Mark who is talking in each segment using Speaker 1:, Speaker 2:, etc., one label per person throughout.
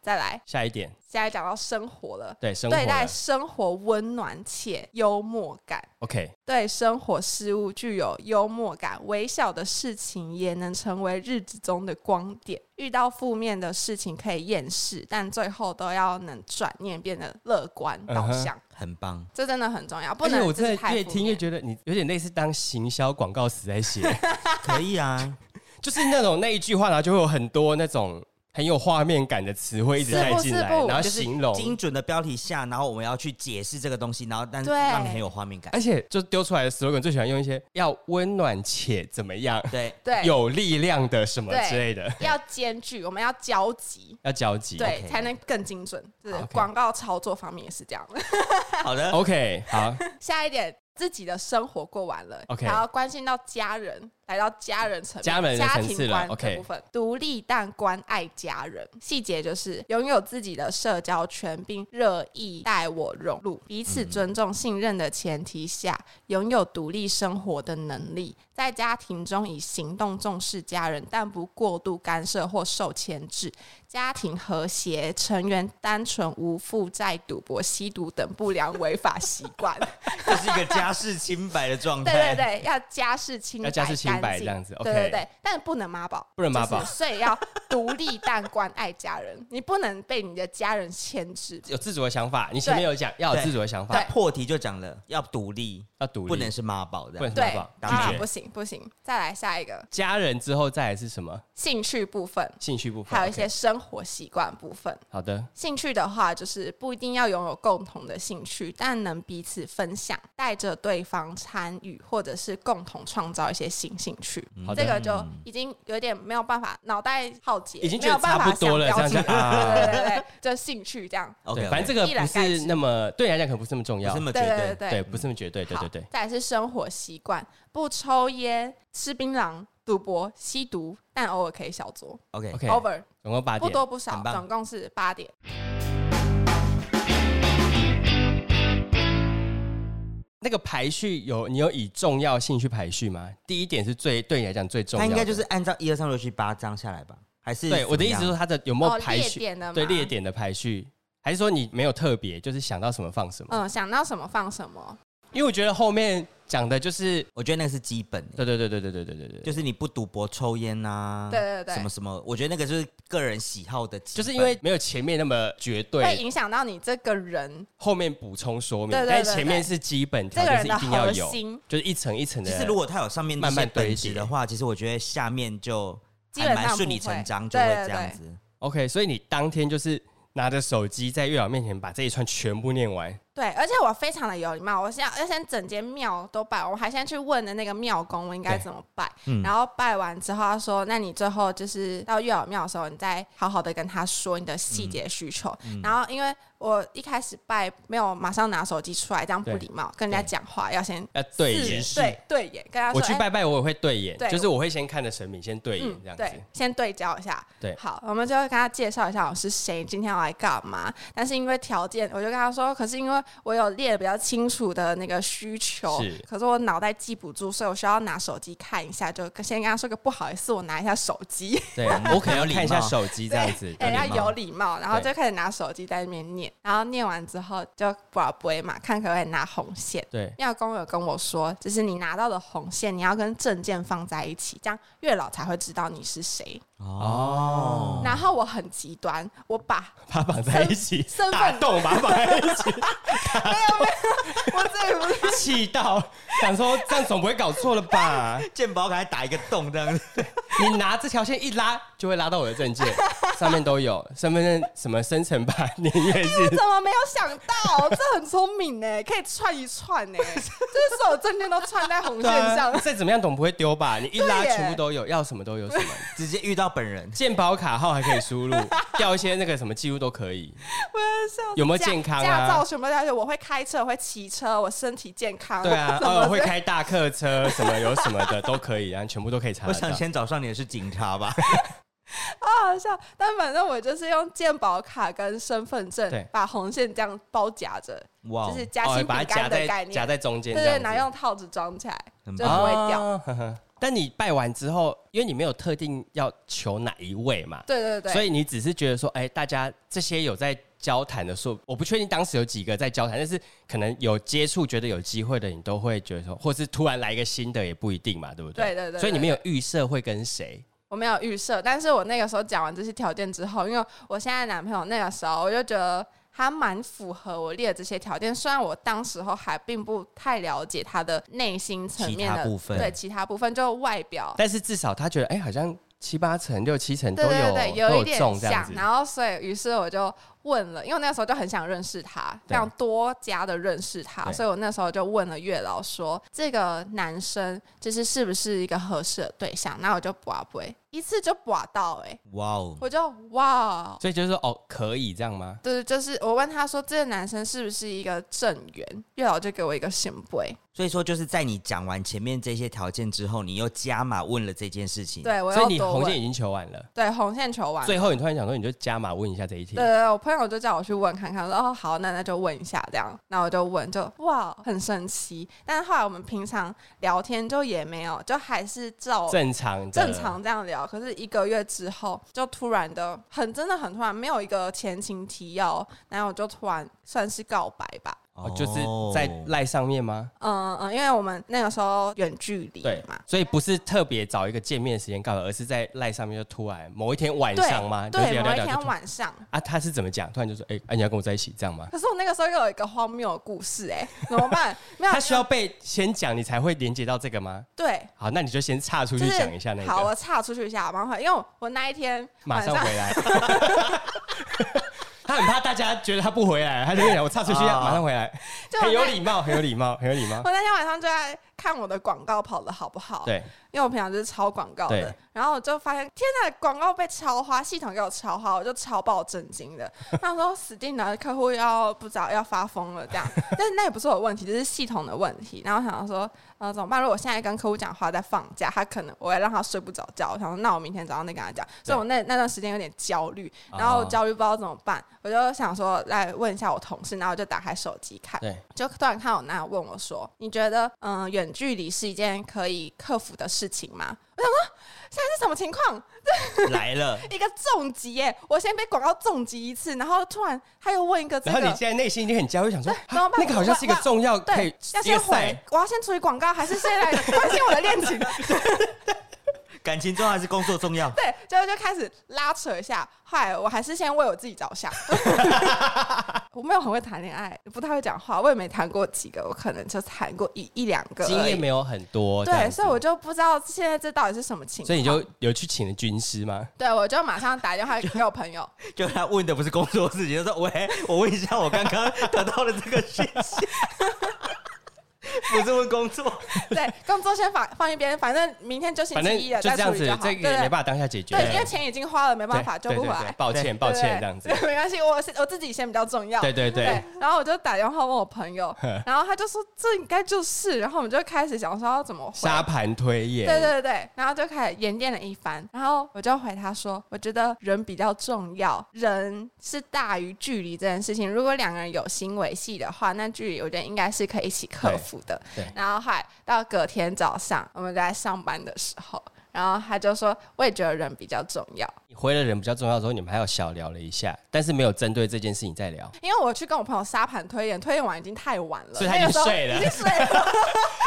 Speaker 1: 再来，
Speaker 2: 下一点，
Speaker 1: 现在讲到生活了，
Speaker 2: 对生活
Speaker 1: 对待
Speaker 2: 了
Speaker 1: 生活温暖且幽默感，
Speaker 2: ，OK，
Speaker 1: 对生活事物具有幽默感，微小的事情也能成为日子中的光点。遇到负面的事情可以厌世，但最后都要能转念，变得乐观导向。
Speaker 3: 很棒。
Speaker 1: 这真的很重要，不
Speaker 2: 嗯而且
Speaker 1: 能
Speaker 2: 我真
Speaker 1: 就是太
Speaker 2: 的越
Speaker 1: 负
Speaker 2: 听
Speaker 1: 面
Speaker 2: 越觉得你有点类似当行销广告词在写，
Speaker 3: 可以 啊，
Speaker 2: 就是那种那一句话，然后就会有很多那种很有画面感的词汇一直带
Speaker 1: 是
Speaker 2: 进来
Speaker 1: 不是，不
Speaker 2: 然后
Speaker 3: 就是
Speaker 2: 形容，
Speaker 3: 精准的标题下，然后我们要去解释这个东西，然后但是
Speaker 1: 对
Speaker 3: 让你很有画面感。
Speaker 2: 而且就丢出来的 slogan 最喜欢用一些要温暖且怎么样，
Speaker 3: 对，
Speaker 1: 对，
Speaker 2: 有力量的什么
Speaker 1: 对
Speaker 2: 之类的，
Speaker 1: 要兼具，我们要交集，
Speaker 2: 要交集。
Speaker 1: 对
Speaker 3: OK
Speaker 1: 才能更精准。就是
Speaker 2: 好，OK
Speaker 1: 广告操作方面也是这样。
Speaker 3: 好的，
Speaker 2: OK，好，
Speaker 1: 下一点，自己的生活过完了
Speaker 2: OK
Speaker 1: 然后关心到家人，来到家人层面
Speaker 2: 家人的
Speaker 1: 家
Speaker 2: 层
Speaker 1: 庭
Speaker 2: 次了
Speaker 1: 观嗯这
Speaker 2: OK
Speaker 1: 部分，独立但关爱家人。细节就是拥有自己的社交圈，并热意带我融入，彼此尊重、信任的前提下，拥有独立生活的能力。在家庭中以行动重视家人，但不过度干涉或受牵制。家庭和谐，成员单纯无负债、赌博、吸毒等不良违法习惯。
Speaker 3: 这是一个家世清白的状
Speaker 1: 对
Speaker 3: 态。
Speaker 1: 对对，要家世清白，
Speaker 2: 要家世清白
Speaker 1: 干净
Speaker 2: 这样子
Speaker 1: 对
Speaker 2: OK
Speaker 1: 对对，但不能妈宝，
Speaker 2: 不能妈宝
Speaker 1: 就是所以要独立但关爱家人， 你不能被你的家人牵制。
Speaker 2: 有自主的想法，你前面有讲要有哦自主的想
Speaker 3: 他
Speaker 2: 法，
Speaker 3: 破题就讲了，要独立，
Speaker 2: 要独立，
Speaker 3: 不能是妈宝的
Speaker 2: 不。能是
Speaker 1: 对
Speaker 2: 妈宝，，
Speaker 3: 当
Speaker 1: 妈
Speaker 3: 然
Speaker 1: 宝不行不行。再来下一个
Speaker 2: 家人之后再来是什么
Speaker 1: 兴趣部分，
Speaker 2: 兴趣部分？
Speaker 1: 还有一些
Speaker 2: OK，
Speaker 1: 生活习惯部分。
Speaker 2: 好的，
Speaker 1: 兴趣的话，就是不一定要拥有共同的兴趣，但能彼此分享，带着对方参与，或者是共同创造一些新兴趣。
Speaker 2: 好的
Speaker 1: 这个就已经有点没有办法，脑袋耗竭，
Speaker 2: 已经
Speaker 1: 没
Speaker 2: 觉
Speaker 1: 有
Speaker 2: 得
Speaker 1: 办法
Speaker 2: 差不多了
Speaker 1: 想标
Speaker 2: 这样
Speaker 1: 题
Speaker 2: 就 啊
Speaker 1: 对对对，对就兴趣这样。
Speaker 3: OK，
Speaker 2: 对，反正这个
Speaker 1: 一
Speaker 2: 不
Speaker 1: 览盖
Speaker 2: 是
Speaker 1: 全
Speaker 2: 那么对你来讲可能不是那么重
Speaker 3: 不是
Speaker 2: 要
Speaker 3: 那，么绝
Speaker 1: 对对
Speaker 3: 对。
Speaker 1: 对，
Speaker 2: 对，不是那么绝对，对
Speaker 1: 好
Speaker 2: 对对。
Speaker 1: 再来是生活习惯，不抽烟、吃槟榔、赌博、吸毒，但偶尔可以小酌。
Speaker 3: OK，
Speaker 2: OK，
Speaker 1: Over，
Speaker 2: 总共八
Speaker 1: 不
Speaker 2: 点。
Speaker 1: 多不少
Speaker 3: 很，棒
Speaker 1: 总共是八点。
Speaker 2: 那个排序有你有以重要性去排序吗？第一点是最对你来讲最重
Speaker 3: 他
Speaker 2: 要的，
Speaker 3: 应该就是按照一二三六七八章下来吧？还是
Speaker 2: 对我的意思是
Speaker 3: 怎么
Speaker 2: 说
Speaker 3: 样，
Speaker 2: 它的有没
Speaker 1: 哦
Speaker 2: 有，排
Speaker 1: 列
Speaker 2: 序？
Speaker 1: 点的
Speaker 2: 对
Speaker 1: 吗
Speaker 2: 列点的排序，还是说你没有特别，就是想到什么放什么？
Speaker 1: 嗯，想到什么放什么。
Speaker 2: 因为我觉得后面讲的就是，
Speaker 3: 我觉得那个是基本的，
Speaker 2: 对对对对对对对对对，
Speaker 3: 就是你不赌博、抽烟
Speaker 2: 嗯
Speaker 3: 呐，
Speaker 1: 对对对
Speaker 3: 什么什么，我觉得那个就是个人喜好的基
Speaker 2: 就
Speaker 3: 本，
Speaker 2: 是因为没有前面那么绝
Speaker 1: 会
Speaker 2: 对，
Speaker 1: 影响到你这个人，
Speaker 2: 后面补充说明，
Speaker 1: 对对对
Speaker 2: 但
Speaker 1: 对
Speaker 2: 前面是基本条
Speaker 1: 这个人
Speaker 2: 件是
Speaker 1: 的
Speaker 2: 一定要
Speaker 1: 核
Speaker 2: 有，
Speaker 1: 心，
Speaker 2: 就是一层一层的。
Speaker 3: 其实如果他有上面
Speaker 2: 慢慢
Speaker 3: 这些本
Speaker 2: 堆
Speaker 3: 质
Speaker 2: 叠
Speaker 3: 的话，其实我觉得下面就
Speaker 1: 基
Speaker 3: 还
Speaker 1: 本上
Speaker 3: 蛮
Speaker 1: 不
Speaker 3: 顺理
Speaker 1: 会
Speaker 3: 成章，就
Speaker 1: 对
Speaker 3: 会
Speaker 1: 对
Speaker 3: 这样子。
Speaker 2: OK，所以你当天就是拿着手机在月老面前把这一串全部念完，
Speaker 1: 对，而且我非常的有礼貌，我现在要先整间庙都拜完，我还先去问的那个庙公我应该
Speaker 2: 对嗯
Speaker 1: 怎么拜，然后拜完之后他说，那你最后就是到月老庙的时候，你再好好的跟他说你的细节需求。
Speaker 2: 嗯
Speaker 1: 然后因为我一开始拜没有马上拿手机出来，这样不
Speaker 2: 对
Speaker 1: 礼貌，跟人家讲话要先
Speaker 2: 要对
Speaker 1: 四
Speaker 2: 眼。
Speaker 1: 对对眼，跟他说
Speaker 2: 我去
Speaker 1: 哎
Speaker 2: 拜拜，我也会对眼，
Speaker 1: 对
Speaker 2: 就是我会先看着神明，先对眼
Speaker 1: 嗯
Speaker 2: 这样子。
Speaker 1: 对，先对焦一下。
Speaker 2: 对
Speaker 1: 好，我们就会跟他介绍一下我是谁，今天要来干嘛。但是因为条件，我就跟他说，可是因为我有列的比较清楚的那个需求
Speaker 2: 是，
Speaker 1: 可是我脑袋记不住，所以我需要拿手机看一下，就先跟他说个不好意思，我拿一下手机，
Speaker 2: 对，
Speaker 3: 嗯
Speaker 2: 我可能要看一下
Speaker 3: 有礼貌
Speaker 2: 手机这样子。
Speaker 1: 对
Speaker 2: 有
Speaker 1: 要
Speaker 2: 礼貌
Speaker 1: 有礼貌，然后
Speaker 2: 对
Speaker 1: 就开始拿手机在那边念，然后念完之后就不好不会嘛，看可不可以拿红线。
Speaker 2: 对，
Speaker 1: 妙公有跟我说，就是你拿到的红线，你要跟证件放在一起，这样月老才会知道你是谁。
Speaker 3: 哦，
Speaker 1: 然后我很极端，我 把
Speaker 2: 把它绑在一起，
Speaker 1: 身身份
Speaker 2: 哦打洞把它绑在一起，
Speaker 1: 我这个不是
Speaker 2: 气到想说这样总不会搞错了 吧？
Speaker 3: 鉴宝卡还打一个洞这样子，
Speaker 2: 你拿这条线一拉，就会拉到我的证件，上面都有身份证什么生辰八年月日
Speaker 1: 怎。么没有想 到？这很聪明呢，可以串一串呢，就是所有证件都串在红
Speaker 2: 对
Speaker 1: 线上
Speaker 2: 啊，。再怎么样总不会丢吧？你一拉
Speaker 1: 对耶
Speaker 2: 全部都有，要什么都有什么。
Speaker 3: 直接遇到本人。
Speaker 2: 健保卡号还可以输入， 调一些那个什么记录都可以。
Speaker 1: 我要笑死
Speaker 2: 啊有没有健康啊
Speaker 1: 驾驾照什么的，我会开车，我会骑车，我身体健康。
Speaker 2: 对啊，
Speaker 1: 什么
Speaker 2: 呃，会开大客车什么有什么的都可以，然后全部都可以啊查
Speaker 3: 我
Speaker 2: 得
Speaker 3: 想
Speaker 2: 到。
Speaker 3: 先找上你的是警察 吧？
Speaker 1: 好好笑。但反正我就是用健保卡跟身份证
Speaker 2: 对
Speaker 1: 把红线这样包夹着，
Speaker 3: 哇
Speaker 1: 就是夹心饼
Speaker 2: 哦把它
Speaker 1: 干
Speaker 2: 夹
Speaker 1: 的
Speaker 2: 在
Speaker 1: 概
Speaker 2: 夹
Speaker 1: 念。
Speaker 2: 在中间
Speaker 1: 对
Speaker 2: 这
Speaker 1: 对，
Speaker 2: 样子，
Speaker 1: 然后用套子装起来，
Speaker 3: 很
Speaker 1: 就
Speaker 3: 棒
Speaker 1: 不会掉。
Speaker 2: 哦呵呵但你拜完之后，因为你没有特定要求哪一位嘛，
Speaker 1: 对对对，
Speaker 2: 所以你只是觉得说，哎、大家这些有在交谈的说，我不确定当时有几个在交谈，但是可能有接触，觉得有机会的，你都会觉得说，或是突然来一个新的也不一定嘛，对不
Speaker 1: 对
Speaker 2: 对？
Speaker 1: 对对
Speaker 2: 所以你没有预设会跟谁，
Speaker 1: 我没有预设，但是我那个时候讲完这些条件之后，因为我现在的男朋友那个时候，我就觉得他蛮符合我列的这些条件。虽然我当时候还并不太了解他的内心层面
Speaker 3: 其
Speaker 1: 的
Speaker 3: 他部分
Speaker 1: 对其他部分就外表，
Speaker 2: 但是至少他觉得，哎、好像七八成、六七成都
Speaker 1: 对
Speaker 2: 有
Speaker 1: 对对，有
Speaker 2: 都
Speaker 1: 一
Speaker 2: 有
Speaker 1: 点
Speaker 2: 中这样
Speaker 1: 像
Speaker 2: 子。。
Speaker 1: 然后所以于是我就问了，因为那时候就很想认识他，
Speaker 2: 对
Speaker 1: 想多加的认识他，
Speaker 2: 对
Speaker 1: 所以我那时候就问了月老说，这个男生就是是不是一个合适的对象？那我就卜不一次就卜到哎、欸
Speaker 3: 哇哦，
Speaker 1: 我就哇。
Speaker 2: 所以就是说，哦，可以这样吗？
Speaker 1: 对，就是我问他说这个男生是不是一个正缘，月老就给我一个醒杯。
Speaker 3: 所以说就是在你讲完前面这些条件之后，你又加码问了这件事情。，
Speaker 1: 对我
Speaker 2: 所以
Speaker 1: 又
Speaker 2: 你
Speaker 1: 多
Speaker 2: 红线
Speaker 1: 问，
Speaker 2: 已经求完了，
Speaker 1: 对红线球完了，
Speaker 2: 最后你突然想说，你就加码问一下这一题
Speaker 1: 对。对对，我朋友就叫我去问看看，我说哦好，那那就问一下这样，那我就问，就哇很神奇。但是后来我们平常聊天就也没有，就还是照
Speaker 2: 正常的，
Speaker 1: 正常这样聊。可是一个月之后，就突然的很真的很突然，没有一个前情提要，然后我就突然算是告白吧。
Speaker 2: 哦，就是在赖上面吗？
Speaker 1: 嗯嗯，因为我们那个时候远距离
Speaker 2: 对
Speaker 1: 嘛，
Speaker 2: 所以不是特别找一个见面的时间告白，而是在赖上面就突然某一天晚
Speaker 1: 对
Speaker 2: 上吗？就
Speaker 1: 对，
Speaker 2: 聊
Speaker 1: 某
Speaker 2: 聊
Speaker 1: 一
Speaker 2: 聊就
Speaker 1: 天
Speaker 2: 突然
Speaker 1: 晚上，
Speaker 2: 啊，他是怎么讲？突然就说，哎、啊，你要跟我在一起，这样吗？
Speaker 1: 可是我那个时候又有一个荒谬的故事、哎，怎么办？没有
Speaker 2: 他需要被先讲，你才会连接到这个吗？
Speaker 1: 对。
Speaker 2: 好，那你就先岔出
Speaker 1: 就
Speaker 2: 去
Speaker 1: 是
Speaker 2: 讲一下那
Speaker 1: 好，
Speaker 2: 个，
Speaker 1: 我岔出去一下，蛮快，因为我那一天
Speaker 2: 马
Speaker 1: 晚
Speaker 2: 上回来。 他很怕大家觉得他不回来，他就会讲我岔出去，
Speaker 3: 啊
Speaker 2: 马上回来，
Speaker 1: 就哦
Speaker 2: 很有
Speaker 1: 那
Speaker 2: 礼貌，很有礼貌， 很有礼貌。
Speaker 1: 我那天晚上就在看我的广告跑的好不好，，
Speaker 2: 对，
Speaker 1: 因为我平常就是抄广告的
Speaker 2: 对，
Speaker 1: 然后我就发现，天呐，广告被抄花，系统给我抄花，我就超爆震惊的。那时候死定了，客户要不知道要发疯了这样，但是那也不是我的问题，这是系统的问题。然后我想说，呃，怎么办？如果我现在跟客户讲话在放假，他可能我会让他睡不着觉。我想说，那我明天早上再跟他讲。所以我那那段时间有点焦虑，然后
Speaker 2: 哦
Speaker 1: 焦虑不知道怎么办，我就想说来问一下我同事，然后我就打开手机看。
Speaker 2: 对，
Speaker 1: 就突然看我那问我说：“你觉得嗯远距离是一件可以克服的事情吗？”我想说现在是什么情况？
Speaker 3: 来了，
Speaker 1: 一个重击耶！我先被广告重击一次，然后突然他又问一个这
Speaker 2: 然后你
Speaker 1: 个
Speaker 2: 现。在内心已经很焦虑，想说
Speaker 1: 对怎么
Speaker 2: 啊
Speaker 1: 办
Speaker 2: 那个好像是一个
Speaker 1: 我我
Speaker 2: 重要可以
Speaker 1: 对，要
Speaker 2: 一个
Speaker 1: 先回
Speaker 2: 赛，，
Speaker 1: 我要先处理广告，还是先来关心我的恋情？
Speaker 3: 感情重要还是工作重要？
Speaker 1: 对，结果就开始拉扯一下。后来我还是先为我自己着 想，我没有很会谈恋爱，不太会讲话，我也没谈过几个，我可能就谈过一一两个而已，
Speaker 2: 经验没有很多，这
Speaker 1: 对，
Speaker 2: 样子
Speaker 1: 所以我就不知道现在这到底是什么情况。
Speaker 2: 所以你就有去请了军师吗？
Speaker 1: 对我就马上打电话给我朋 友，
Speaker 3: 就他问的不是工作事情，就说喂，我问一下，我刚刚得到了这个讯 息，不是问工作，
Speaker 1: 对，工作先放放一边，反正明天就星
Speaker 2: 反正
Speaker 1: 期一
Speaker 2: 就
Speaker 1: 了，再
Speaker 2: 这样
Speaker 1: 处
Speaker 2: 子
Speaker 1: 理就，好。
Speaker 2: 这个
Speaker 1: 对
Speaker 2: 也没
Speaker 1: 对
Speaker 2: 办法当下解决。
Speaker 1: 对，因为钱已经花了，没办法
Speaker 2: 对
Speaker 1: 救不回
Speaker 2: 对对
Speaker 1: 来。
Speaker 2: 抱歉，抱歉，这样子
Speaker 1: 对。没关系，我是我自己先比较重要。
Speaker 2: 对对对，
Speaker 1: 然后我就打电话问我朋 友，然后他就说这应该就是，然后我们就开始想说要怎么回。
Speaker 2: 沙盘推演。
Speaker 1: 对对对，然后就开始演练了一番，然后我就回他说，我觉得人比较重要，人是大于距离这件事情。如果两个人有心维系的话，那距离我觉得应该是可以一起克服的。
Speaker 2: 对对
Speaker 1: 然后后来到隔天早上，我们在上班的时候，然后他就说，我也觉得人比较重要，
Speaker 2: 你回了人比较重要的时候，你们还有小聊了一下，但是没有针对这件事情再聊，
Speaker 1: 因为我去跟我朋友沙盘推演，推演完已经太晚了，
Speaker 2: 所以他已
Speaker 1: 那
Speaker 2: 经
Speaker 1: 个时候
Speaker 2: 睡了
Speaker 1: 已经睡了。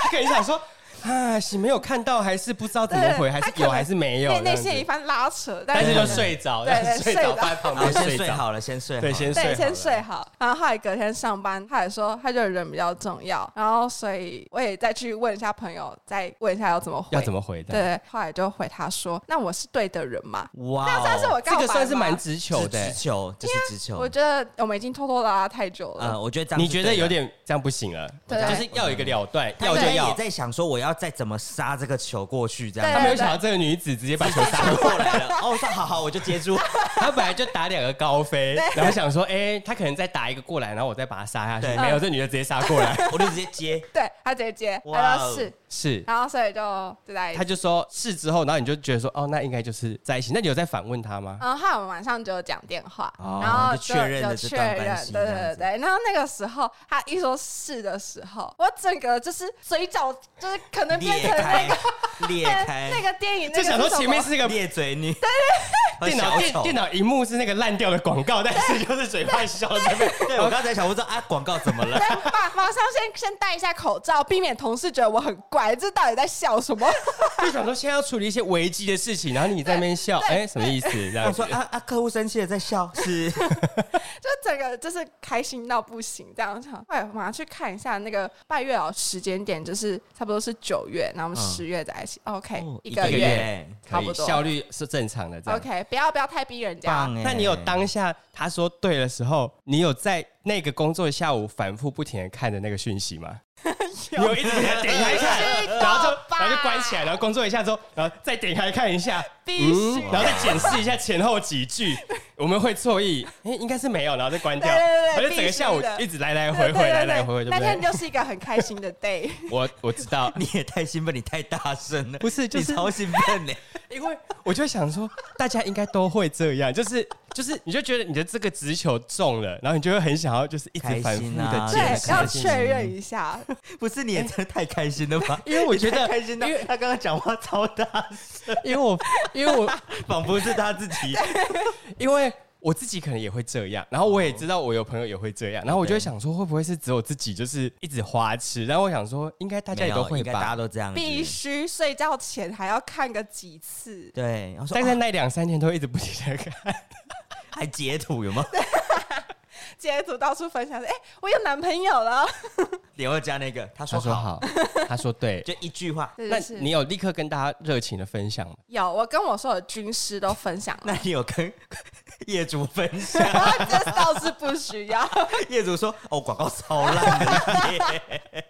Speaker 2: 他可能想说。啊，是没有看到，还是不知道怎么回，
Speaker 1: 对
Speaker 2: 还
Speaker 1: 呃他
Speaker 2: 是
Speaker 1: 可能
Speaker 2: 有，还是没有
Speaker 1: 内
Speaker 2: 这
Speaker 1: 内
Speaker 2: 样子
Speaker 1: 心一番拉扯，
Speaker 2: 但
Speaker 1: 可
Speaker 2: 是就
Speaker 1: 能
Speaker 2: 睡着，
Speaker 1: 对对
Speaker 2: 睡
Speaker 1: 睡
Speaker 2: 着，
Speaker 1: 着
Speaker 2: 放在旁
Speaker 3: 然后
Speaker 2: 边
Speaker 3: 先
Speaker 2: 睡
Speaker 3: 睡
Speaker 2: 着，
Speaker 3: 好了，先睡好了，
Speaker 2: 对，先
Speaker 1: 对，
Speaker 2: 睡，
Speaker 1: 先睡。好。然后后来隔天上班，他也说他觉得人比较重要，然后所以我也再去问一下朋友，再问一下要怎么回，
Speaker 2: 要怎
Speaker 1: 么
Speaker 2: 么回的？
Speaker 1: 对。后来就回他说：“那我是对的人嘛。”
Speaker 3: 哇
Speaker 1: 那算是我告
Speaker 2: 哦这
Speaker 1: 白
Speaker 2: 个算是
Speaker 1: 吗
Speaker 2: 蛮直球的
Speaker 3: 直
Speaker 2: 欸。
Speaker 3: 球，这是直球。
Speaker 1: 我觉得我们已经拖拖拉拉太久了。
Speaker 2: 啊
Speaker 3: 呃，我觉得这样
Speaker 2: 你
Speaker 3: 是
Speaker 2: 觉得
Speaker 3: 对的
Speaker 2: 有。点这样不行了，
Speaker 1: 对
Speaker 2: 就是要有一个了断，
Speaker 3: 他
Speaker 2: 要
Speaker 3: 应
Speaker 2: 就
Speaker 3: 该也
Speaker 2: 要。
Speaker 3: 在想说，我要再怎么杀这个球过去，这样
Speaker 2: 他
Speaker 1: 对
Speaker 2: 没有想到这个女子直接把球杀
Speaker 3: 打过来了。哦，我说好好，我就 接住。
Speaker 2: 他本来就打两个高飞
Speaker 1: 对，
Speaker 2: 然后想说，哎、他可能再打一个过来，然后我再把他杀下去
Speaker 3: 对。
Speaker 2: 没有，这女的直接杀过来，
Speaker 3: 我就直接接。
Speaker 1: 对他直接接，
Speaker 3: 哇
Speaker 1: 他
Speaker 3: 哦
Speaker 1: 说是，
Speaker 2: 是。
Speaker 1: 然后所以就就在一
Speaker 2: 他
Speaker 1: 起。
Speaker 2: 就说是之后，然后你就觉得说，哦，那应该就是在一起。那你有在反问他吗？
Speaker 1: 然后后来我们晚上就有讲电话，
Speaker 3: 哦
Speaker 1: 然后
Speaker 3: 就确认
Speaker 1: 有
Speaker 3: 了这
Speaker 1: 确
Speaker 3: 段
Speaker 1: 认
Speaker 3: 关，系
Speaker 1: 对
Speaker 3: 这样
Speaker 1: 对
Speaker 3: 子
Speaker 1: 对。然后那个时候他一说是的时候，我整个就是嘴角就是可能变
Speaker 3: 裂
Speaker 1: 成那
Speaker 3: 开
Speaker 1: 个，
Speaker 3: 裂开，
Speaker 1: 那个电影，那
Speaker 2: 就
Speaker 1: 个
Speaker 2: 想说
Speaker 1: 是什
Speaker 2: 前
Speaker 1: 么
Speaker 2: 面是一个
Speaker 3: 裂嘴女，
Speaker 2: 电脑
Speaker 3: 和小
Speaker 2: 电
Speaker 3: 丑
Speaker 2: 电。脑荧幕是那个烂掉的广告，但是就是嘴巴笑在那 边。
Speaker 3: 对我刚才想问说啊，广告怎 么了？
Speaker 1: 对，马马上先先戴一下口罩，避免同事觉得我很怪。这到底在笑什么？
Speaker 2: 就想说现在要处理一些危机的事情，然后你在那边笑，哎，什么意思？这样
Speaker 3: 我
Speaker 2: 子
Speaker 3: 说啊啊，客户生气了 在笑，是
Speaker 1: 就整个就是开心到不行，这样想。哎，马上去看一下那个拜月老时间点，就是差不多是九月，然后我们
Speaker 3: 嗯
Speaker 1: 十月在一起。OK，
Speaker 3: 哦
Speaker 1: 一
Speaker 3: 一
Speaker 1: 个
Speaker 2: 一
Speaker 1: 月。
Speaker 3: 个月
Speaker 1: 差
Speaker 2: 可
Speaker 1: 不
Speaker 2: 以
Speaker 1: 多
Speaker 2: 效率是正常的。这样
Speaker 1: OK，不要不要太逼人家
Speaker 3: 棒。哎。
Speaker 2: 那你有当下他说对的时候，你有在那个工作下午反复不停的看着那个讯息吗？你有一直给他点开
Speaker 1: 必须
Speaker 2: 看，
Speaker 1: 的
Speaker 2: 然后就
Speaker 1: 吧
Speaker 2: 然后就关起来，然后工作一下之后，然后再点开看一下，
Speaker 1: 必
Speaker 3: 嗯
Speaker 1: 须的
Speaker 2: 然后再检视一下前后几 句，我们会错意，哎，应该是没有，然后再关掉，
Speaker 1: 对对对对
Speaker 2: 然后就整个下午
Speaker 1: 必须的
Speaker 2: 一直来来
Speaker 1: 对
Speaker 2: 回回，来
Speaker 1: 对对
Speaker 2: 来回回，
Speaker 1: 对，
Speaker 2: 对
Speaker 1: 那
Speaker 2: 不
Speaker 1: 天
Speaker 2: 对？
Speaker 1: 就是一个很开心的 day。
Speaker 2: 我我知道，
Speaker 3: 你也太兴奋，你太大声了，
Speaker 2: 不是就是
Speaker 3: 你超兴奋欸呢。
Speaker 2: 因为 我就想说，大家应该都会这样，就是就是，你就觉得你的这个直球中了，然后你就会很想要，就是一直反复的
Speaker 3: 开
Speaker 1: 对
Speaker 3: 心
Speaker 2: 解
Speaker 3: 啊
Speaker 2: 释。
Speaker 1: 要确认一下，
Speaker 3: 不是你也真的太开心了吧？
Speaker 2: 因为我觉
Speaker 3: 太
Speaker 2: 得，
Speaker 3: 开心到
Speaker 2: 因为
Speaker 3: 他刚刚讲话超大声，
Speaker 2: 因为我因为我
Speaker 3: 仿佛是他自己。
Speaker 2: 因为我自己可能也会这样，然后我也知道我有朋友也会这样，然后我就会想说，会不会是只有自己就是一直花痴？然后我想说，应该大家也都
Speaker 3: 没有
Speaker 2: 会
Speaker 3: 应该大家
Speaker 2: 吧。
Speaker 3: 都这样子。
Speaker 1: 必须睡觉前还要看个几次。
Speaker 3: 对，然后说
Speaker 2: 但是
Speaker 3: 哦
Speaker 2: 那两三天都一直不停的看，
Speaker 3: 还截图有吗？
Speaker 1: 截图到处分享，哎、我有男朋友了。
Speaker 3: 你会加那个？
Speaker 2: 他
Speaker 3: 他说
Speaker 2: 说
Speaker 3: 好，
Speaker 2: 好，他说对。
Speaker 3: 就一句话。
Speaker 1: 这
Speaker 2: 那
Speaker 1: 就是
Speaker 2: 你有立刻跟大家热情的分享吗？
Speaker 1: 有我跟我所有军师都分享
Speaker 3: 那
Speaker 1: 了，
Speaker 3: 你有跟业主分享？
Speaker 1: 这倒是不需要。
Speaker 3: 业主说哦，广告超烂的耶。